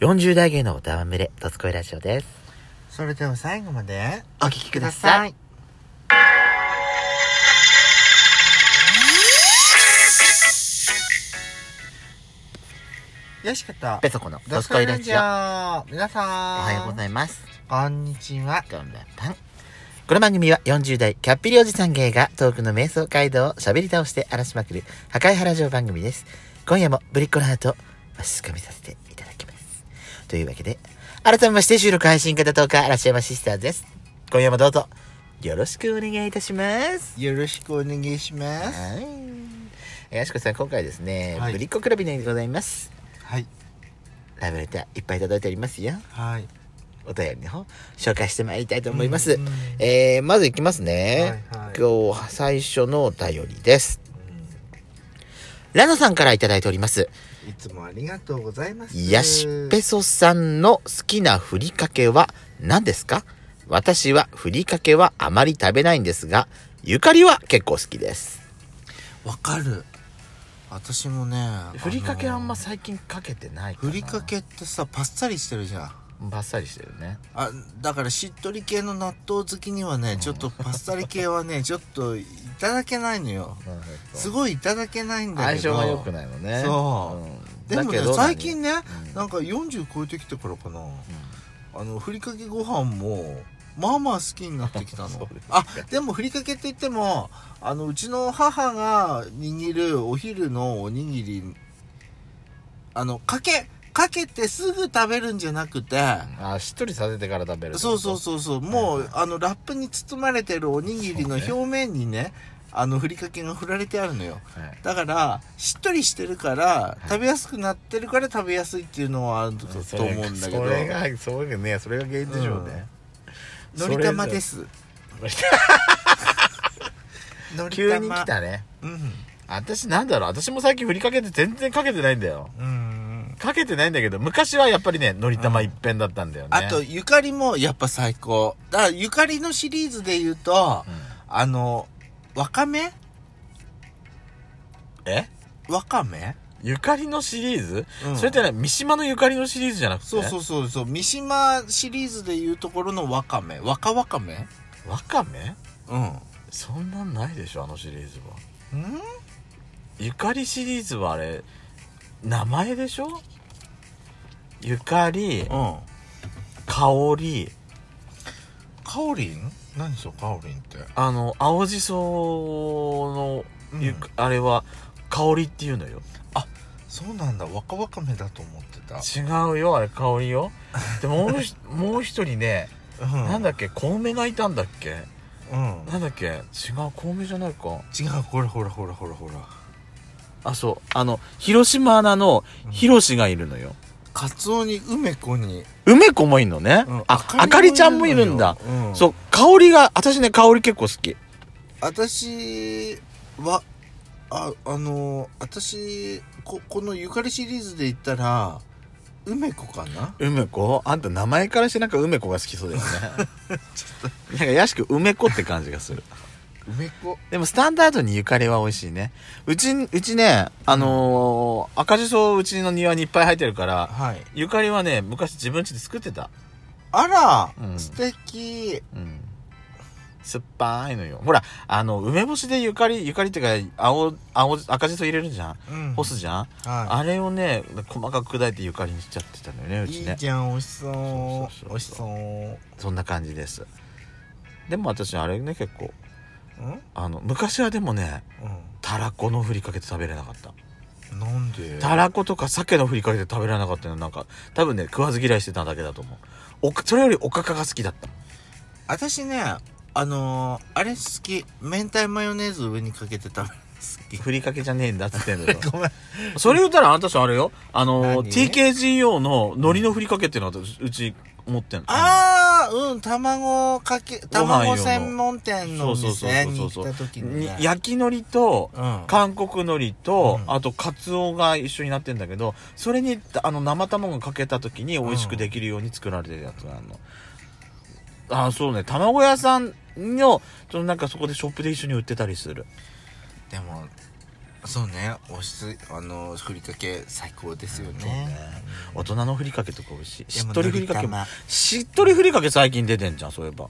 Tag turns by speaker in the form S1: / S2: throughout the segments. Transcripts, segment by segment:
S1: 40代芸の歌わむれ、とつこいラジオです。
S2: それでは最後まで
S1: お聞きください。
S2: いよしこと
S1: ペソコの
S2: ド
S1: と
S2: ス
S1: つ
S2: コ
S1: こ
S2: イ
S1: い
S2: ラ
S1: ラ
S2: ジ
S1: ジ
S2: オ
S1: オ。
S2: 皆さん
S1: おはようござ
S2: い
S1: います。
S2: ますこんにちは
S1: こんばんは。この番組は40代キャッピリおじさん芸がトークの瞑想街道を喋り倒して荒らしまくる破壊原城番組です。今夜もブリッコのハートをわしづかみさせていただきます。というわけで、改めまして収録配信型トーカー嵐山シスターズです。今夜もどうぞよろしくお願いいたします。
S2: よろしくお願いします
S1: はい。えー、あしこさん、今回ですね、
S2: はい
S1: ぶりっ子クラブでございます。
S2: はい
S1: ラブレターいっぱい届いておりますよ。
S2: はい
S1: お便りの方、紹介してまいりたいと思います。
S2: うんうん
S1: えー、まずいきますね。
S2: はいはい
S1: 今日最初のお便りです。ラノさんからいただいております。
S2: いつもありがとうございます
S1: ヤシペソさんの好きなふりかけは何ですか私はふりかけはあまり食べないんですが、ゆかりは結構好きです。
S2: わかる私もねあの
S1: 最近かけてない
S2: ふりかけってさパッサリしてるじゃん
S1: ばっさりしてるね。
S2: あだからしっとり系の納豆好きにはねちょっとパッサリ系 はねちょっといただけないのよすごいいただけないんだけ
S1: 相
S2: ど
S1: 性が良くないのね。
S2: そうで
S1: だ
S2: も
S1: け
S2: ね
S1: ど
S2: 最近ね
S1: うん
S2: なんか40超えてきてからかな、あのふりかけご飯もまあまあ好きになってきた
S1: そう
S2: の
S1: です
S2: あでもふりかけって言ってもあのうちの母が握るお昼のおにぎりあのかけかけてすぐ食べるんじゃなくて、
S1: あしっとりさせてから食べる
S2: そうそうそうそうもう、
S1: はい
S2: あのラップに包まれてるおにぎり
S1: そう
S2: の
S1: ね
S2: 表面にねあのふりかけが振られてあるのよ
S1: う、はい
S2: だからしっとりしてるから
S1: い
S2: 食べやすくなってるから食べやすいっていうのはあるとと思うんだけど
S1: それがそういうねそれが原因でしょうね、
S2: のり玉ですのり
S1: 急に
S2: 玉
S1: 来たね
S2: うん
S1: 私なんだろう私も最近振りかけて全然かけてないんだよ
S2: うん
S1: かけてないんだけど昔はやっぱりねのり玉一辺だったんだよね、
S2: あとゆかりもやっぱ最高だからゆかりのシリーズで言うと
S1: うん
S2: あのわかめ
S1: え
S2: わかめ、
S1: ゆかりのシリーズ、
S2: うん
S1: それってね三島のゆかりのシリーズじゃなくて
S2: そうそうそうそう三島シリーズでいうところのわかめわかわかめ
S1: わかめ
S2: うんん
S1: そんなんないでしょあのシリーズはゆかりシリーズはあれ名前でしょゆかり
S2: うん
S1: 香り
S2: かおりん何そうかおりんって
S1: あの青じそのゆか、あれは香りっていうのよ
S2: そうなんだわかわかめだと思ってた
S1: 違うよあれ香りよでもう ひもう一人ね、
S2: うん
S1: なんだっけ小梅がいたんだっけ
S2: うん
S1: なんだっけ違う小梅じゃないか
S2: 違うほらほらほらほらほら
S1: あそうあの広島菜のひろしがいるのよ、
S2: カツオに梅子に、
S1: 梅子もいるのね、
S2: うん
S1: ああかりちゃんもいるんだ、
S2: のようん
S1: そう香りが私ね香り結構好き
S2: 私はああの私ここのゆかりシリーズで言ったら梅子かな
S1: 梅子あんた名前からしてなんか梅子が好きそうだよ ねなんかやしく梅子って感じがする
S2: 梅子
S1: でもスタンダードにゆかりは美味しいねうちうちねあのー赤じそうちの庭にいっぱい生えてるから
S2: はい
S1: ゆかりはね昔自分家で作ってた、
S2: あら、
S1: うん
S2: 素敵
S1: うん、酸っぱいのよほらあの梅干しでゆかりゆかりっていうか青青赤じそ入れるじゃん
S2: うん
S1: 干すじゃん、
S2: は
S1: あれをね細かく砕いてゆかりにしちゃってたのよねう
S2: い
S1: ち
S2: い
S1: ね
S2: いじゃん美味しそ
S1: そううそうそうそう
S2: 美味しそううん
S1: そんな感じですでも私あれね結構あの昔はでもねたらこのふりかけて食べれなかった
S2: うんなんで
S1: たらことか鮭のふりかけて食べられなかったのなんか多分ね食わず嫌いしてただけだと思うおかそれよりおかかが好きだった
S2: 私ねあのー、あれ好き明太マヨネーズ上にかけて食べるの好
S1: ふりかけじゃねえんだっつってんだけ
S2: き ごめん
S1: どそれ言ったらあんたしあれよあの
S2: 何
S1: TKGO の海苔のふりかけっていうのはうち持ってんの
S2: あーうん卵かけ卵専門店のお
S1: そうそう
S2: 店
S1: そ
S2: に行
S1: うそう
S2: った時に、ね、
S1: に焼き海苔と
S2: うん
S1: 韓国海苔と、
S2: うん
S1: あとカツオが一緒になってんだけどそれにあの生卵かけた時に美味しくできるように作られてるやつがあるの、あそうね卵屋さんのそのなんかそこでショップで一緒に売ってたりする
S2: でもそうねおしつあのふりかけ最高ですよ
S1: そうね
S2: ね
S1: 大人のふりかけとか美味しい
S2: で
S1: し
S2: も
S1: っとりふりかけも
S2: のり
S1: しっとりふりかけ最近出てんじゃんそういえば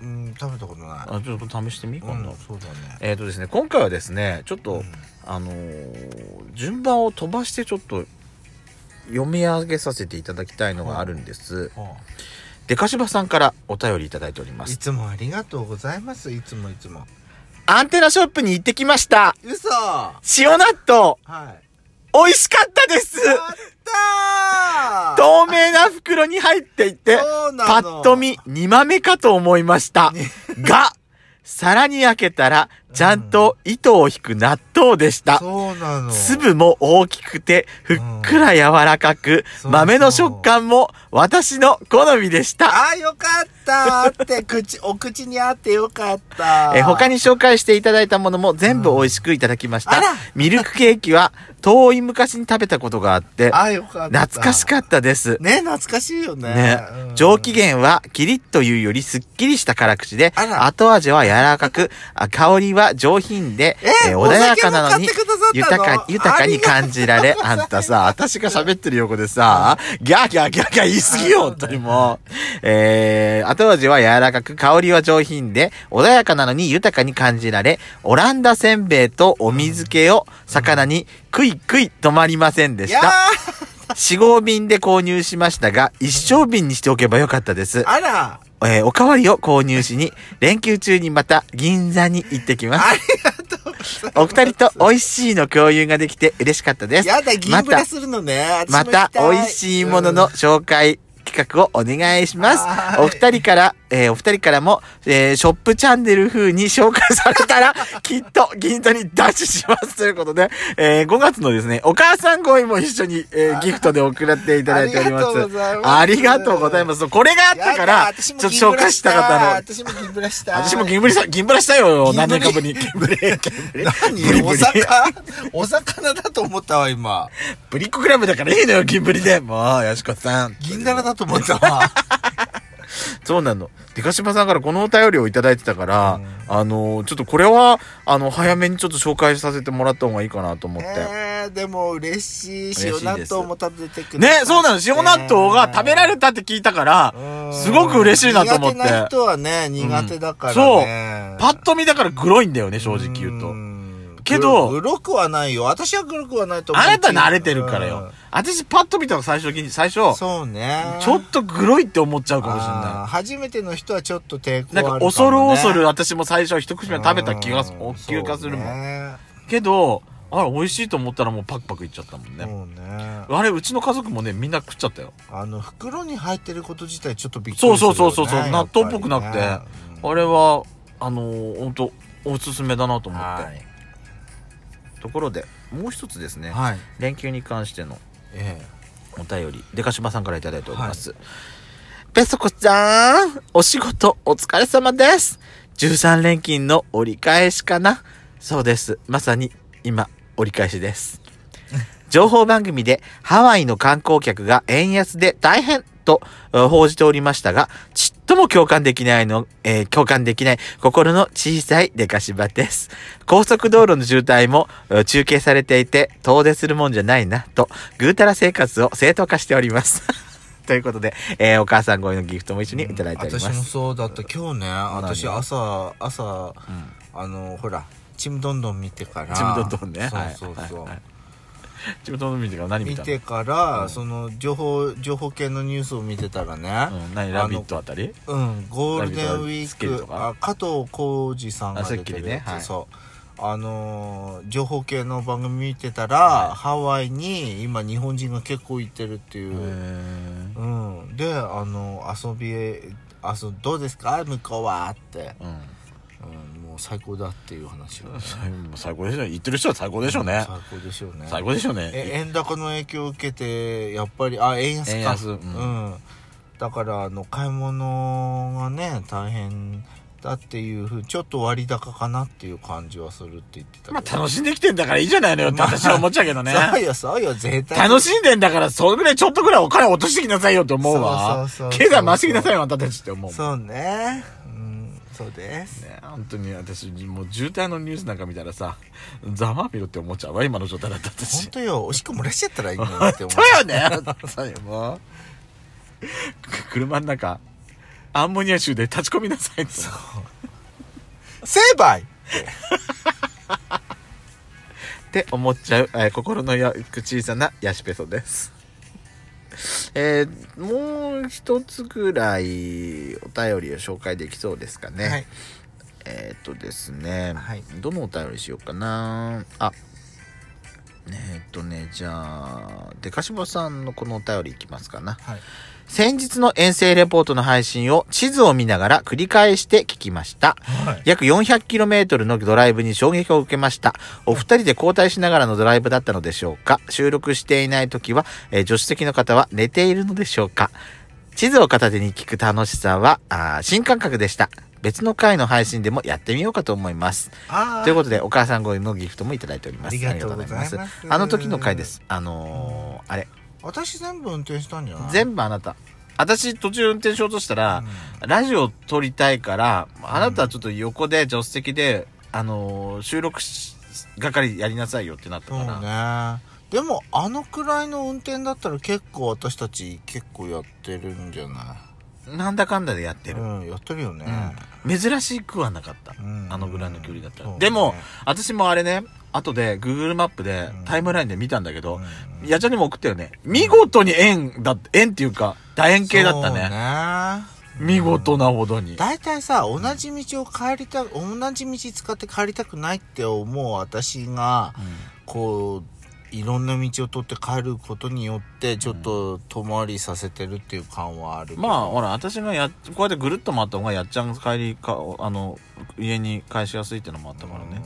S2: うん食べたことな
S1: あちょっと試してみ
S2: い
S1: 今度、
S2: うんそうだね
S1: えっ、とですね今回はですねちょっと、
S2: うん
S1: あのー順番を飛ばしてちょっと読み上げさせていただきたいのがあるんです、
S2: ほ
S1: でかしばさんからお便りいただいておりま
S2: うい
S1: す
S2: つもありがとうございますいつもいつも
S1: アンテナショップに行ってきました
S2: 嘘は
S1: 塩納豆
S2: いやっ
S1: 美味しかったです
S2: たー
S1: 透明な袋に入っていて
S2: そうな
S1: パ
S2: の
S1: ッと見煮豆かと思いましたが皿に開けたらちゃんと糸を引く納豆でした、
S2: そうなの
S1: 粒も大きくてふっくら柔らかく、
S2: うん
S1: 豆の食感も私の好みでした
S2: あーよかったーって口お口にあってよかったー
S1: え他に紹介していただいたものも全部美味しくいただきました、
S2: うんあら
S1: ミルクケーキは 遠い昔に食べたことがあって
S2: あーよかった
S1: 懐かしかったです
S2: ね懐かしいよね
S1: ね
S2: うん、
S1: 上機嫌はキリッというよりすっきりした辛口で、
S2: あら
S1: 後味は柔らかく、あ香りは上品で、
S2: え
S1: えー穏やかなのに
S2: お酒も買ってくださったの
S1: 豊か、豊かに感じられ、あ
S2: ありがとうございます
S1: んたさ、私が喋ってる横でさ、ギャーギャーギャーギャー言い過ぎよ、
S2: あ
S1: 本当にもう。えー、後味は柔らかく、香りは上品で、穏やかなのに豊かに感じられ、オランダせんべいとお水けを魚にクイクイ止まりませんで
S2: い
S1: し
S2: や
S1: た。
S2: ー
S1: 4号便で購入しましたが、一升瓶にしておけばよかったです。
S2: あら
S1: えーおかわりを購入しに、連休中にまた銀座に行ってきます。
S2: ありがとうございます
S1: お二人と美味しいの共有ができて嬉しかったです。
S2: やだ銀ブレするのね
S1: また美味しいものの
S2: し
S1: 紹介企画をお願いします
S2: は。い
S1: お二人から、えーお二人からも、えーショップチャンネル風に紹介されたら、 きっと銀座にダッシュします。ということで、え5月のですね、お母さん恋も一緒に、えーギフトで送らっていただいております。
S2: あ
S1: あ
S2: り
S1: りが
S2: がと
S1: と
S2: う
S1: う
S2: ご
S1: ご
S2: ざ
S1: ざ
S2: い
S1: い
S2: ま
S1: ます。これがあったから、ちょっと紹介したかったの。
S2: 私も銀ブレした
S1: 私も銀ブレした、銀ブレしたよ。
S2: 銀ブレ
S1: 何年かぶりに。銀ブレ、銀ブレ。ブリ
S2: 何
S1: ブ
S2: お
S1: リ
S2: 魚お魚だと思ったわ今
S1: ブリッコクラブだからいいのよ、銀ブリ で。もう、よしこさん。
S2: 銀だらだと思ったわ
S1: そうなの。でかしばさんからこのお便りをいただいてたから、
S2: うん
S1: あのー、ちょっとこれは、あの、早めにちょっと紹介させてもらった方がいいかなと思って。
S2: えーでも嬉しい
S1: しいです
S2: 塩納豆も食べてくれ
S1: ね、そうなの。塩納豆が食べられたって聞いたから、すごく嬉しいなと思って
S2: 苦手な人はね苦手だから
S1: そう
S2: ね、
S1: パッと見だからグロいんだよね、正直言うと。
S2: ん
S1: けど
S2: グログロくはないよ私はグロくはないと思う
S1: あなた慣れてるからよ。私パッと見たの最初に、最初、
S2: うんそうね
S1: ちょっとグロいって思っちゃうかもしれ
S2: あー
S1: な
S2: 初めての人はちょっと抵抗
S1: い。なんか、恐る恐る私も最初は一口目食べた気がす、お気がするもん。
S2: ん
S1: けど、あれ美味しいと思ったらもうパクパクいっちゃったもん
S2: そう
S1: ね。
S2: ねそうね
S1: あれ、うちの家族もね、みんな食っちゃったよ。
S2: あの袋に入ってること自体ちょっとびっくりする
S1: そう
S2: よね
S1: そうそうそうそう、
S2: や
S1: 納
S2: ぱり
S1: 豆
S2: ね
S1: っぽくなくて、
S2: うん
S1: あれはあのー、本当おすすめだなと思って、
S2: はい
S1: ところでもう一つですね
S2: はい
S1: 連休に関しての
S2: え
S1: お便りでかしばさんから頂いいております、ペソコさんお仕事お疲れ様です13連勤の折り返しかなそうですまさに今折り返しです情報番組でハワイの観光客が円安で大変とえー報じておりましたが、ちっとも共感できないの、えー共感できない心の小さいデカシバです。高速道路の渋滞もえー中継されていて遠出するもんじゃないなと、ぐうたら生活を正当化しております。 ということで、えーお母さん声のギフトも一緒にいただいておりま
S2: 私も
S1: す。
S2: そうだった今日ね
S1: 何
S2: 私朝朝
S1: うん
S2: あのほらちむどんどん見てから
S1: ちむどんどんね。
S2: そうそうそう、
S1: はいはいはいちむどんどん見てから何見
S2: 見
S1: たの
S2: てから、
S1: うん
S2: その情報情報系のニュースを見てたらね
S1: うん、何ラビットあたり
S2: うん、ゴールデンウィ
S1: スケー
S2: ー
S1: ト
S2: ク
S1: か
S2: あ加藤浩次さんが
S1: あスッ
S2: 出
S1: キ
S2: て
S1: リ
S2: る
S1: ね
S2: やつ、
S1: はい
S2: そうあのー情報系の番組見てたら、
S1: はい
S2: ハワイに今日本人が結構行ってるっていうう、
S1: ん。
S2: うん、であの遊びへあそどうですか向こうはって、
S1: うん
S2: うん、もう最高だっていう話を、ね、
S1: 最もう最高でしょ言ってる人は最高でしょうね
S2: 最、高でしょうね
S1: 最高でしょうね
S2: え円高の影響を受けてやっぱりあ円安か
S1: 円安う
S2: うんんだからあの買い物がね大変だっていうふうちょっと割高かなっていう感じはするって言ってた
S1: ま
S2: け
S1: あ
S2: ど、
S1: 楽しんできてんだからいいじゃないのよって私は思っちゃうけ どね
S2: そうよそうよ絶対
S1: 楽
S2: し
S1: しんでんだからそれぐらいちょっとぐらいお金落としてきなさいよって思うわ
S2: そうそうそうそう
S1: 経済回してきなさいよあんたたちって思う
S2: そうね、うん、そうです
S1: ね本当に私もう渋滞のニュースなんか見たらさざまあみろって思っちゃうわ今の状態だった私
S2: 本当よおしっこ漏らしちゃったらいいのにって思う
S1: そうよね 本当に もう車の中アンモニア臭で立ち込みなさいって
S2: 成敗
S1: って思っちゃう、えー心のや小さなヤシペソです。えーもう一つぐらいお便りを紹介できそうですかね。
S2: はい
S1: えーっとですね、
S2: はい
S1: どのお便りしようかな。あ、えーっとね、じゃあ、デカシボさんのこのお便りいきますかな。
S2: はい
S1: 先日の遠征レポートの配信を地図を見ながら繰り返して聞きました。
S2: はい
S1: 約 400km のドライブに衝撃を受けました。お二人で交代しながらのドライブだったのでしょうか収録していない時は、えー助手席の方は寝ているのでしょうか地図を片手に聞く楽しさは、あー新感覚でした。別の回の配信でもやってみようかと思います。
S2: あー
S1: ということで、お母さん声のギフトもいただいております。
S2: ありがとうございます
S1: ありがとうございまあの時の回です。あのーあれ、
S2: 私全部運転したんじゃない
S1: 全部あなた。私途中運転しようとしたら、
S2: う
S1: ラジオ撮りたいから、あなたはちょっと横で、助手席で、あのー収録し係やりなさいよってなった
S2: ん
S1: から。
S2: そうねでもあのくらいの運転だったら結構私たち結構やってるんじゃな
S1: なんだかんだでやって
S2: い
S1: る。
S2: うんやってるよね、
S1: 珍しくはなかった。
S2: うん
S1: あのぐらいの距離だったら
S2: そうね
S1: でも私もあれね、後で Google マップで
S2: うん
S1: タイムラインで見たんだけど、
S2: うん
S1: やっちゃんにも送ったよね。見事に円だ、円っていうか、楕円形だった
S2: そう
S1: ね。
S2: ね
S1: 見事なほどに。
S2: 大体さ同じ道を帰りた同じ道使って帰りたくないって思う私がこういろんな道を取って帰ることによってちょっと遠回りさせてるっていう感はあるけど
S1: まあほら私がやっこうやってぐるっと回った方がやっちゃん帰りかあの家に返しやすいってのもあったからね、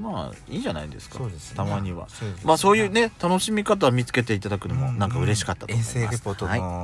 S1: まあいいじゃないですか
S2: そうですね
S1: たまには
S2: そうですね
S1: まあそういうね楽しみ方を見つけていただくのもなんか嬉しかったと思います、
S2: 遠征レポート
S1: はい
S2: の